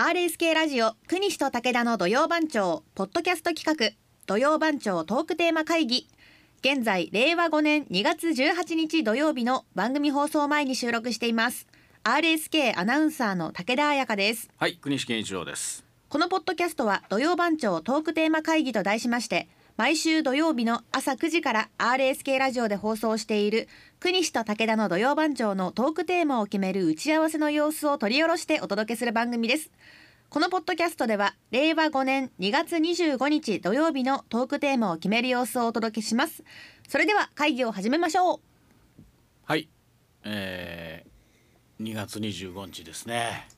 RSK ラジオ国西と武田の土曜番長ポッドキャスト企画土曜番長トークテーマ会議現在令和5年2月18日土曜日の番組放送前に収録しています RSK アナウンサーの武田彩香ですはい、国西健一郎です。このポッドキャストは土曜番長トークテーマ会議と題しまして毎週土曜日の朝9時から RSK ラジオで放送している国西と武田の土曜番長のトークテーマを決める打ち合わせの様子を取り下ろしてお届けする番組ですこのポッドキャストでは令和5年2月25日土曜日のトークテーマを決める様子をお届けしますそれでは会議を始めましょうはい、えー、2月25日ですね。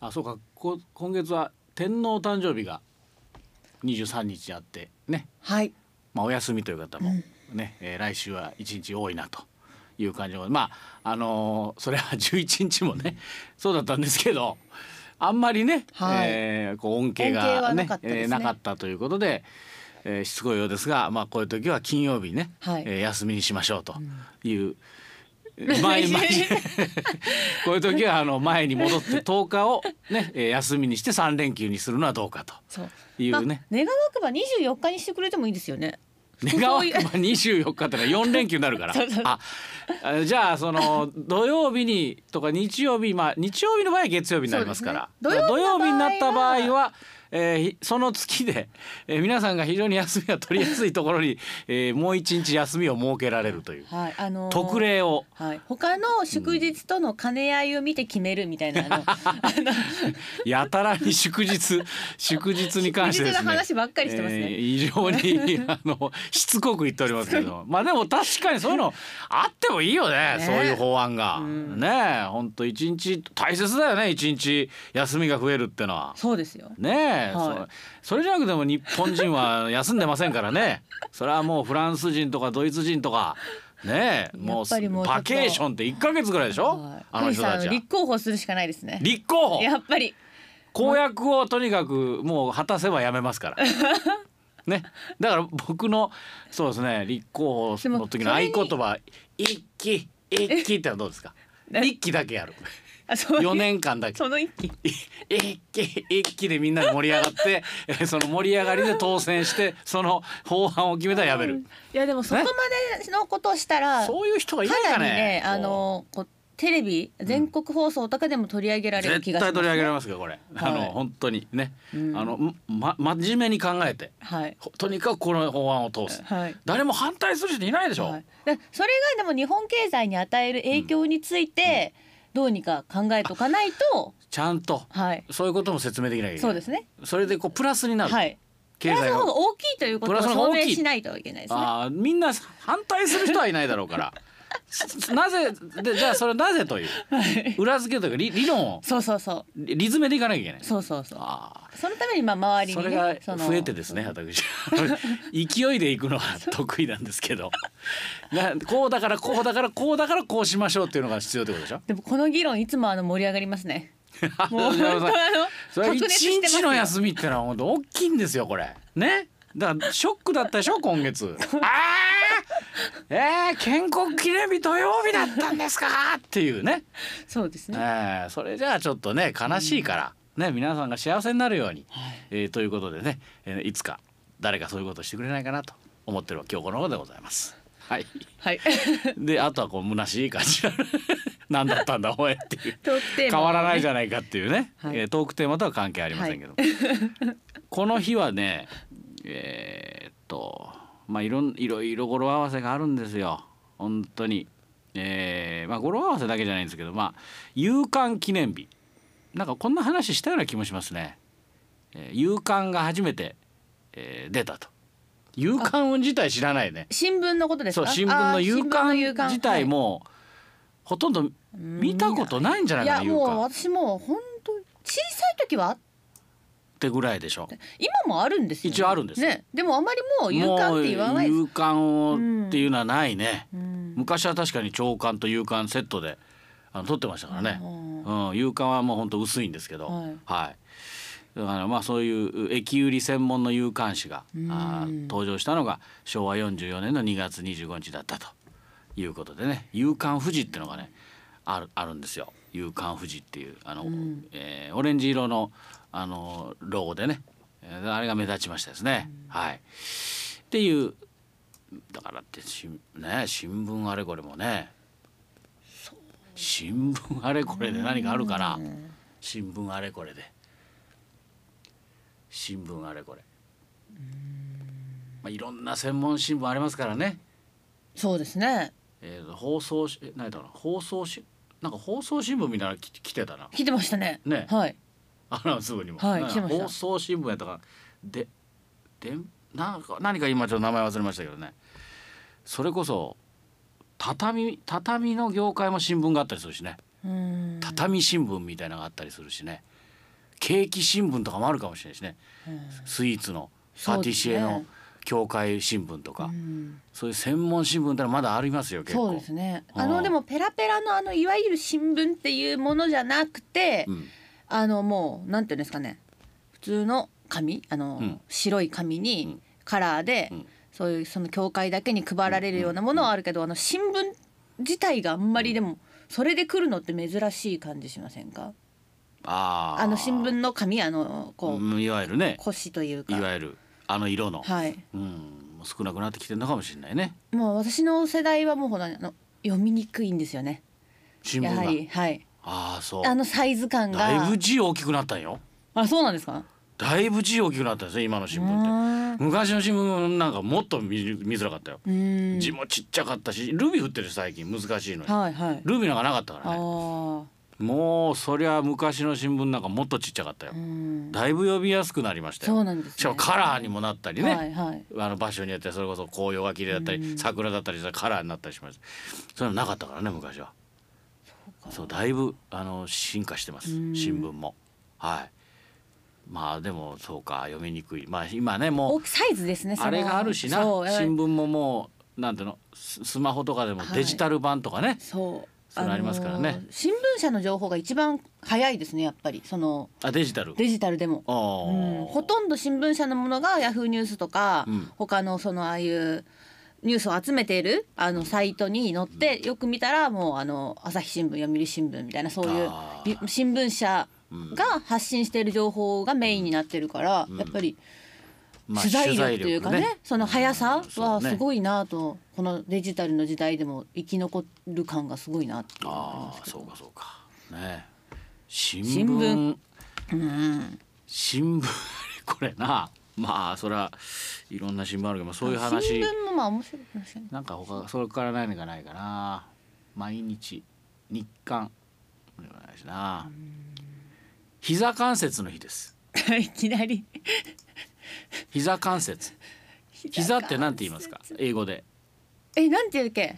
あ、そうか、こ今月は天皇誕生日が23日にあってね、はいまあお休みという方もね、えー来週は1日多いなという感じも、まああのーそれは11日 もね、そうだったんですけど。あんまりね、はいえーこう恩恩恵恵はが、なねかったですねえーなかったということで、えーしつこいようですが、まあ、こういう時は金曜日ね、はいえー休みにしましょうという、前 に こういう時はあの前に戻って10日を、ね、えー休みにして3連休にするのはどうかとそういうね。願わくば24日にしてくれてもいいですよね願わくば24日ってのは4連休になるからそうそうああじゃあその土曜日にとか日曜日まあ日曜日の場合は月曜日になりますからそうですね土土曜曜日日のに場合はなった場合は、えーひその月で、えー皆さんが非常に休みが取りやすいところに、えーもう一日休みを設けられるというはいあのー特例をはい、他の祝日との兼ね合いを見て決めるみたいな、あのあの やたらに祝日祝日に関してです祝日のね話ばっかりしてますねえー非常 にあのしつこく言っておりますけどまあでも確かにそういうのあってもいいよねねそういう法案が、うんねえほんと一日大切だよね一日休みが増えるってのはそうですよねはえ、いそうそれじゃなくても日本人は休んでませんからね それはもうフランス人とかドイツ人とかねえもうやっぱりもうちょっとバケーションって1か月ぐらいでしょ、はいあの人たちクリスさんは立。候補するしかないですね立候補やっぱり公約をとにかくもう果たせばやめますから。ね、だから僕のそうですね立候補の時の合言葉「一期一期」ってのはどうですかえ一期だけやるあそう4年間だけ その一気一期一期でみんなで盛り上がって えーその盛り上がりで当選してその法案を決めたらやめうんるいやでもそこまでのことをしたら、そういう人がいないかかなりねねあのこうテレビ全国放送とかでも取り上げられる気絶がしま対す、取り上げられますよこれ、あはいの本当にね、うんあのま真面目に考えてはいほとにかくこの法案を通すはい誰も反対する人いないでしょ、はい、だそれがでも日本経済に与える影響について、どうにか考えとかないと、ちゃんとはい、そういうことも説明できなきゃいけそなういですね。それでこうプラスになる、はい。プ経ラス済の方のが大きいということをプラスの方証が大明きいしないといけないですね。あーみんな反対する人はいないだろうから すなぜでじゃあそれなぜというはい。裏付けというか理理論をそうそうそ。理理詰めていかなきゃいけないうそうそうそう。あそのためにまあ周ーりそにれがね、その増えてですね私 勢いでいくのは得意なんですけど なこうだからこうだからこうだからこうしましょうっていうのが必要ってことでしょ でもこの議論いつもあの盛り上がりますね。もう なるほどのそれは一してます日の休みってのは本当大きいんですよこれねだからショックだったでしょ今 月あーえー、建国記念日土曜日だったんですかっていうね、そうですえね。ーそれじゃあちょっとね悲しいから、ね皆さんが幸せになるように、えーということでね、えーいつか誰かそういうことしてくれないかなと思ってる今日この頃でございますはいはい。 であとはこう虚しい感じ 何だったんだお前っていうとって変わらないじゃゃないかっていうね、はいえートークテーマとは関係ありませんけど、 この日はねえーっとまあいろんいろいろ語呂合わせがあるんですよ本当に、えーまあ語呂合わせだけじゃないんですけどまあ夕刊記念日なんかこんな話したような気もしますね、えー、夕刊が初めて、えー出たと夕刊自体知らないね新聞のことですそか。う新聞あのー夕新聞の刊夕刊自体も、ほとんど見たことないんじゃないいかなや夕もう刊っ私もう本当小さい時はあってぐらいでしょ今もあるんですよ、ね。一応あるんですね。でもあまりもう夕刊って言わないですもう。夕刊をっていうのはないね、うん昔は確かに朝刊と夕刊セットであの撮ってましたからね、うんうん、夕刊はもう本当薄いんですけど、ははいいだからまあそういう駅売り専門の夕刊誌が、あー登場したのが昭和44年の2月25日だったということでね夕刊富士っていうのがねあるあるんですよ。夕刊富士っていうあの、うんえーオレンジ色のあのロゴでねえーあれが目立ちましたですね。はい、っていうだからってしね新聞あれこれもね新聞あれこれで何かあるかな、新聞あれこれで新聞あれこれ、まあ、いろんな専門新聞ありますからね、そうですねえー、放送し何だろうな放送しなんか放送新聞みたいなのき来てたな来てましたねねはいあのすぐにも、はいなん来てかました放送新聞やったからででなんか何か今ちょっと名前忘れましたけどねそれこそ畳畳の業界も新聞があったりするしねうん畳新聞みたいなのがあったりするしねケーキ新聞とかもあるかもしれないしねスイーツのそうですねパティシエの協会新聞とかそう,、うんいう専門新聞ってのはまだありますよ結構そうですねうんあのでもペラペラのあのいわゆる新聞っていうものじゃなくて、うんあのもうなんていうんですかね普通の紙あの、うん白い紙に、うんカラーで、うんそういうその教会だけに配られるようなものはあるけど、あの新聞自体があんまりでも、それで来るのって珍しい感じしませんかあーあの新聞の紙あのこう、うんいわゆるね腰といういかわゆるあの色の、はいうんもう少なくなってきてるのかもしれないねもう私の世代はもうほらあの読みにくいんですよね新や聞がはりはいああそうあのサイズ感がだいぶ字大きくなったんよあそうなんですかだいぶ字大きくなったんですよ今の新聞ってう昔の新聞なんかもっと見見づらかったよーんう字もちっちゃかったしルビー振ってるし最近難しいのにーんはいはいルビーなんかなかったからねあもうそりゃ昔の新聞なんかもっとちっちゃかったよあ、うんだいぶ読みやすくなりましたそうよなんです、ね、しかもカラーにもなったりね、はいはいあの場所によってそれこそ紅葉が綺麗だったり、桜だったりしたらカラーになったりしましたそれはなかったからね昔はそうだいぶあの進化してますうん新聞もはいまあでもそうか読みにくいまあ今ねもう大きいサイズですねそのあれがあるしなそうやばい新聞ももうなんていうのススマホとかでもデジタル版とかね、そうそうなりますからねあのー新聞社の情報が一番早いですねやっぱりそのあデジタルデジタルでも、あうーん、ほとんど新聞社のものがヤフーニュースとか、うん他のそのああいうニュースを集めているあのサイトに載ってよく見たらもうあの朝日新聞読売新聞みたいなそういうあり新聞社が発信している情報がメインになってるから、やっぱりまあ取材力というかね,、取材力その速さうんそうはねすごいなと、このデジタルの時代でも生き残る感がすごいなっていうのがありまあすあけそどうかそうかね新新聞新聞聞うん これなまあそりゃいろんな新聞あるけどまあそういう新話聞もまあ面白いかもしれないなんか他それから何かないかな毎日日刊お願いしな膝関節の日です いき なり膝関節膝ってなんて言いますか英語でえなんていうっけ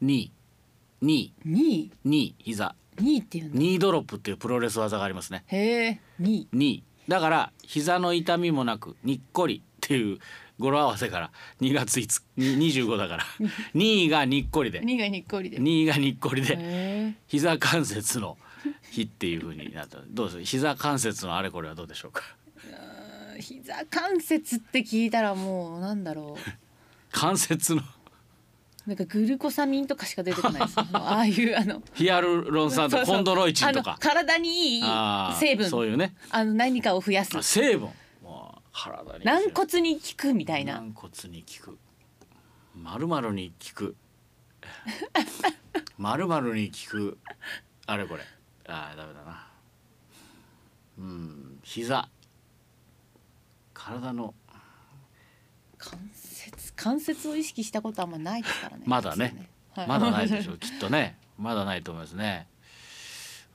ニーニー2位ニー膝2位っていうのニードロップっていうプロレス技がありますねへえ2位にだから膝の痛みもなくにっこりっていう語呂合わせから2月5日に25 だから2位がにっこりで2がにっこりでへ2位がにっこりでえ膝関節の日っていう風になったどうです膝関節のあれこれはどうでしょうか膝関節って聞いたらもうなんだろう関節のなんかグルコサミンとかしか出てこ ないですあのああいうあのヒアルロン酸とそうそうコンドロイチあンとのか体にいいあー成分そういうねあの何かを増やすあ成分もう体に軟骨に効くみたいな軟骨に効く丸々に効く丸々に効くあれこれあーダメだなうん膝体の関節関節を意識したことはあんまないですからねまだね、はいまだないでしょうきっとねまだないと思いますね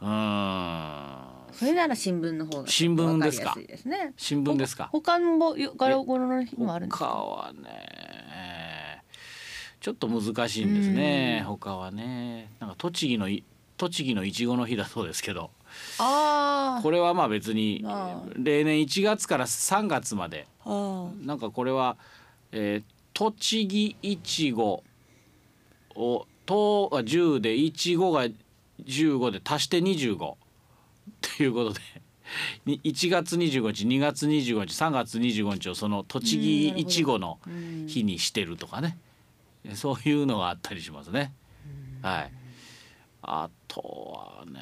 うーん それなら新聞の方が新聞ですかわりやいですね新聞ですか他のもよガラゴロの日もあるんです他かはねちょっと難しいんですね他はねなんか栃木のい栃木のいちごの日だそうですけどあー これはまあ別にああ例年1月から3月まであーなんかこれは、えー栃木いちごを「と」が10でいちごが15で足して25ということで に1月25日2月25日3月25日をその栃木いちごのうん日にしてるとかねそういうのがあったりしますね。うはい、あとはね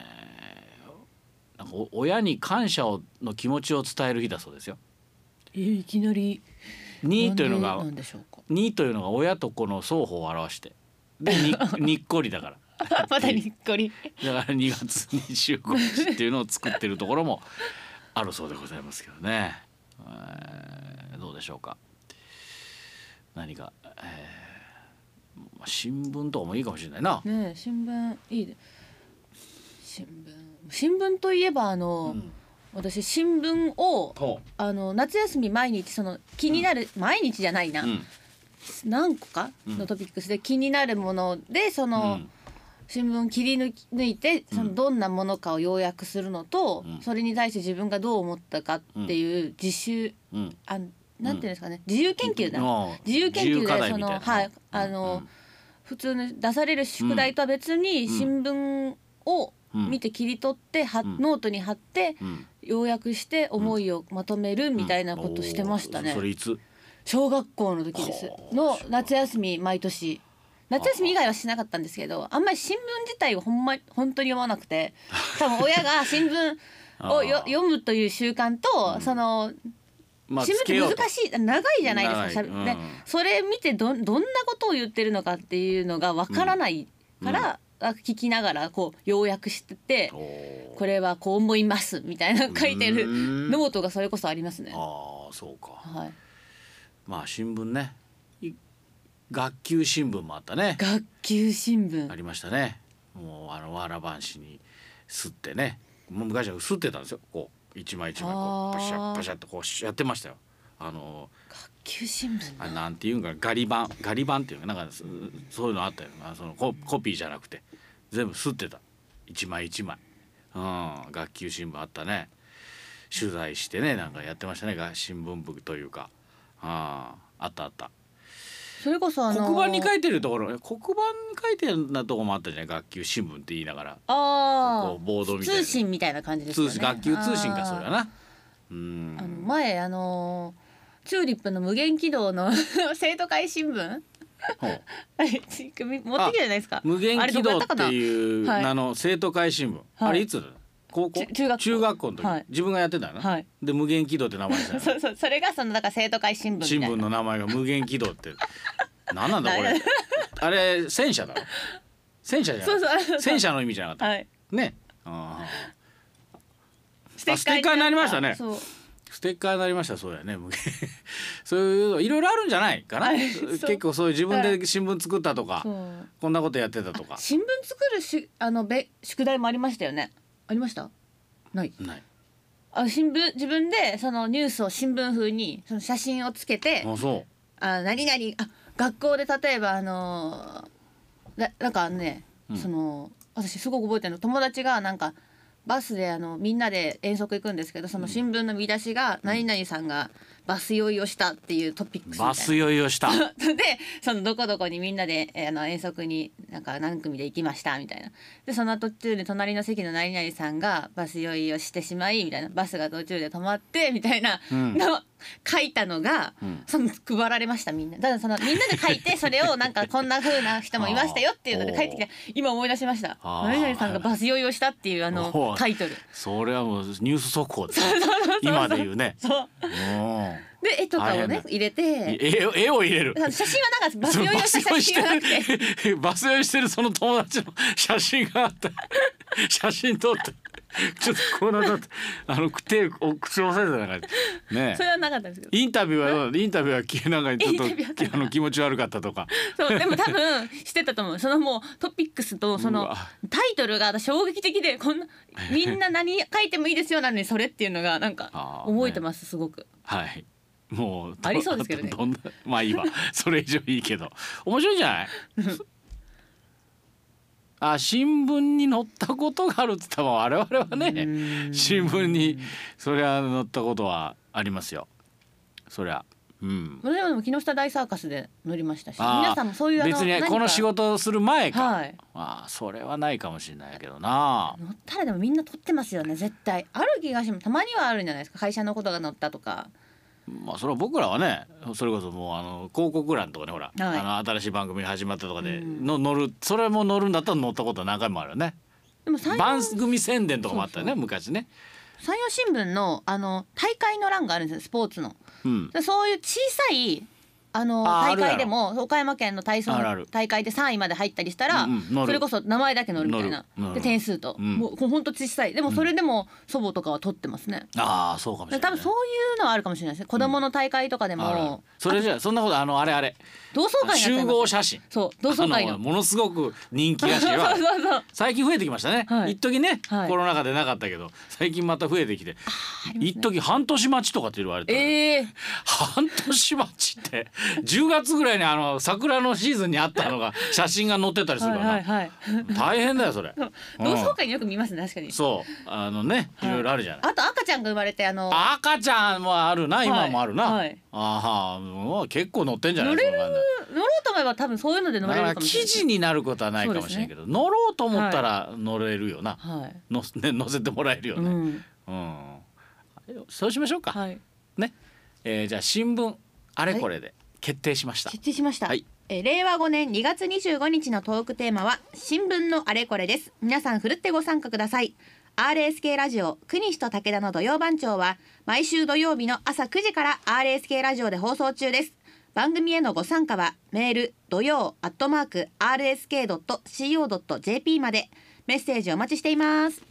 なんかお親に感謝をの気持ちを伝える日だそうですよ。えいきなりにというのながんでなんでしょ うにというのが親と子の双方を表してでに にっこりだから。か まだにっこりだから2月25日っていうのを作ってるところもあるそうでございますけどね。えーどうでしょうか。何か、えーまあ新聞とかもいいかもしれないな。ねえ新聞いいね新聞新聞といえばあうの、ん私新聞をほあの夏休み毎日その気になる、毎日じゃないな、ううん何個かうんのトピックスで気になるものでその、うん新聞切り抜き抜いてそうんのどんなものかを要約するのと、うんそれに対して自分がどう思ったかっていう自習、うんあなんていうんですかね自由研究だ、うん自由研究で自由課題そのみたいなはいあの普通に出される宿題とは別にうん新聞をうん見て切り取って、はうんノートに貼ってうんうん要約して思いをまとめるみたいなことしてましたね。おーそれいつ小学校の時ですほうの夏休み毎年夏休み以外はしなかったんですけどあんまり新聞自体をほんま本当に読まなくて多分親が新聞をよ あー読むという習慣と、うんそのまあ新聞ってつけよ難うしい長いじゃないですかしゃべ、長いねうんそれ見てどんどんなことを言ってるのかっていうのがわからないから、あ聞きながらこう要約しててとおーこれはこう思いますみたいな書いてうるんノートがそれこそありますね。ああそうか。はい、まあ新聞ねい学級新聞もあったね学級新聞ありましたねもうあのわらばんしにすってねもう昔はすってたんですよこう一枚一枚こあーうパシャッパシャッとこうやってましたよあの学級新聞あなんていうんかなガリ版ガリ版っていうかなんかそそういうのあったよなそのココピーじゃなくて全部すってた一枚一枚うん学級新聞あったね取材してねなんかやってましたねが新聞部というかああったあったそれこそあの黒板に書いてるところえ黒板に書いてるなとこもあったじゃない学級新聞って言いながらあこうボードあみたいな通信みたいな感じですよね通信学級通信かそれなはなうあのん前あのーチューリップの無限軌道の 生徒会新聞ほうあれち組持ってきたじゃないですか無限軌道ってういうはい名の生徒会新聞、はいあれいつだ高校ち中学校の時、はい自分がやってたよな、はいで無限軌道って名前じゃな いそうそうそれがそのだから生徒会新聞みた新いな聞の名前が無限軌道って何なんだ こなれあれ戦車だろ戦車じゃそなういそう戦車の意味じゃなかった、はいねあースあステッカーになりましたねそうステッカーになりましたそうやね無限 そういうのいろいろあるんじゃないかな、はいそう結構そういう自分で新聞作ったとか、そうこんなことやってたとか新聞作るしあのべ宿題もありましたよねありましたないないあ新聞自分でそのニュースを新聞風にその写真をつけてあそあ何々あ学校で例えばあのーななんかね、うんその私すごく覚えてるの友達がなんかバスであのみんなで遠足行くんですけどその新聞の見出しが「何々さんがバス酔いをした」っていうトピックスみうたいなバス酔いをした でそのどこどこにみんなで、えーあの遠足になんか何組で行きましたみたいなでその途中で隣の席の何々さんがバス酔いをしてしまいみたいなバスが途中で止まってみたいなうんの、書いたのが、うんその配られましたみんなだからそのみんなで書いてそれをなんかこんな風な人もいましたよっていうので書いてきて今思い出しましたあー何々さんがバス酔いをしたっていうあおのータイトル それはもうニュース速報ですね今で言うねそううんで絵とかを大変だね入れて絵を絵を入れる写真はなんかバスそ酔のいをした写真はなくてバス酔いしてるバス酔いしてるその友達の写真があ った写真撮ってちょっとこうなったってあの手を口を押さえてたからねそれはなかったんですけどインタビューはどうだインタビューはきなんかちょインタビューはどっうとだあの気持ち悪かったとかそうでも多分してたと思うそのもうトピックスとそうのわタイトルが私衝撃的でこんなみんな何書いてもいいですよなのにそれっていうのがなんあかー覚えてますすごくはいもうどありそうですけどねんなまあいいわ それ以上いいけど面白いんじゃないあ新聞に載ったことがあるっつったら我々はね新聞にそりゃ載ったことはありますよそりゃうん私はでも木下大サーカスで乗りましたしあー皆さんもそういうあの別に何かこの仕事をする前か、はいああそれはないかもしれないけどな乗ったらでもみんな撮ってますよね絶対ある気がしますたまにはあるんじゃないですか会社のことが乗ったとかまあそれは僕らはねそれこそもうあの広告欄とかねほら、はいあの新しい番組が始まったとかでうんの乗るそれも乗るんだったら乗ったことは何回もあるよねでも山陽番組宣伝とかもあったよね昔ね、山陽新聞のあの大会の欄があるんですよスポーツの。うん、でそういう小さいあのあーあ大るやろ会でも岡山県の体操あるあるの大会で3位まで入ったりしたら、うんうん乗るそれこそ名前だけ乗るみたいな乗る乗るで点数と、うんもうほんと小さいでもそれでも祖母とかは取ってますね。ああそうかもしれな多い、ね、分そういうのはあるかもしれないですね子供の大会とかであるあるもそれじゃあそんなことあのあれあれ同窓会になっちゃ集い合ます写真そう同窓会あののものすごく人気らしいわ そうそうそう最近増えてきましたね、はい一時ね、はいコロナ禍でなかったけど最近また増えてきて一時半年待ちとかって言われて、ええ半年待ちって10月ぐらいにあの桜のシーズンにあった のが写真が載ってたりするはかいらな、はいはい大変だよ それ同うん窓会によく見ますね確かにそうあのねいろいろあるじゃない、あと赤ちゃんが生まれてあの赤ちゃんもあるな今もあるな、はいはいああもう結構載ってんじゃない乗れるその感じ乗ろうと思えば多分そういうので乗だれかるらかもしれ記ない事になることはないかもしれないけど、乗ろうと思ったら乗れるよな、はいの ね、乗せてもらえるようね、うんんそうしましょうか、はいね、えーじゃあ新聞あれこれで決定しました、決定しました、はいえー令和5年2月25日のトークテーマは新聞のあれこれです皆さんふるってご参加ください RSK ラジオ国西と武田の土曜番長は毎週土曜日の朝9時から RSK ラジオで放送中です番組へのご参加はメール土曜アットマーク RSK.CO.JP までメッセージお待ちしています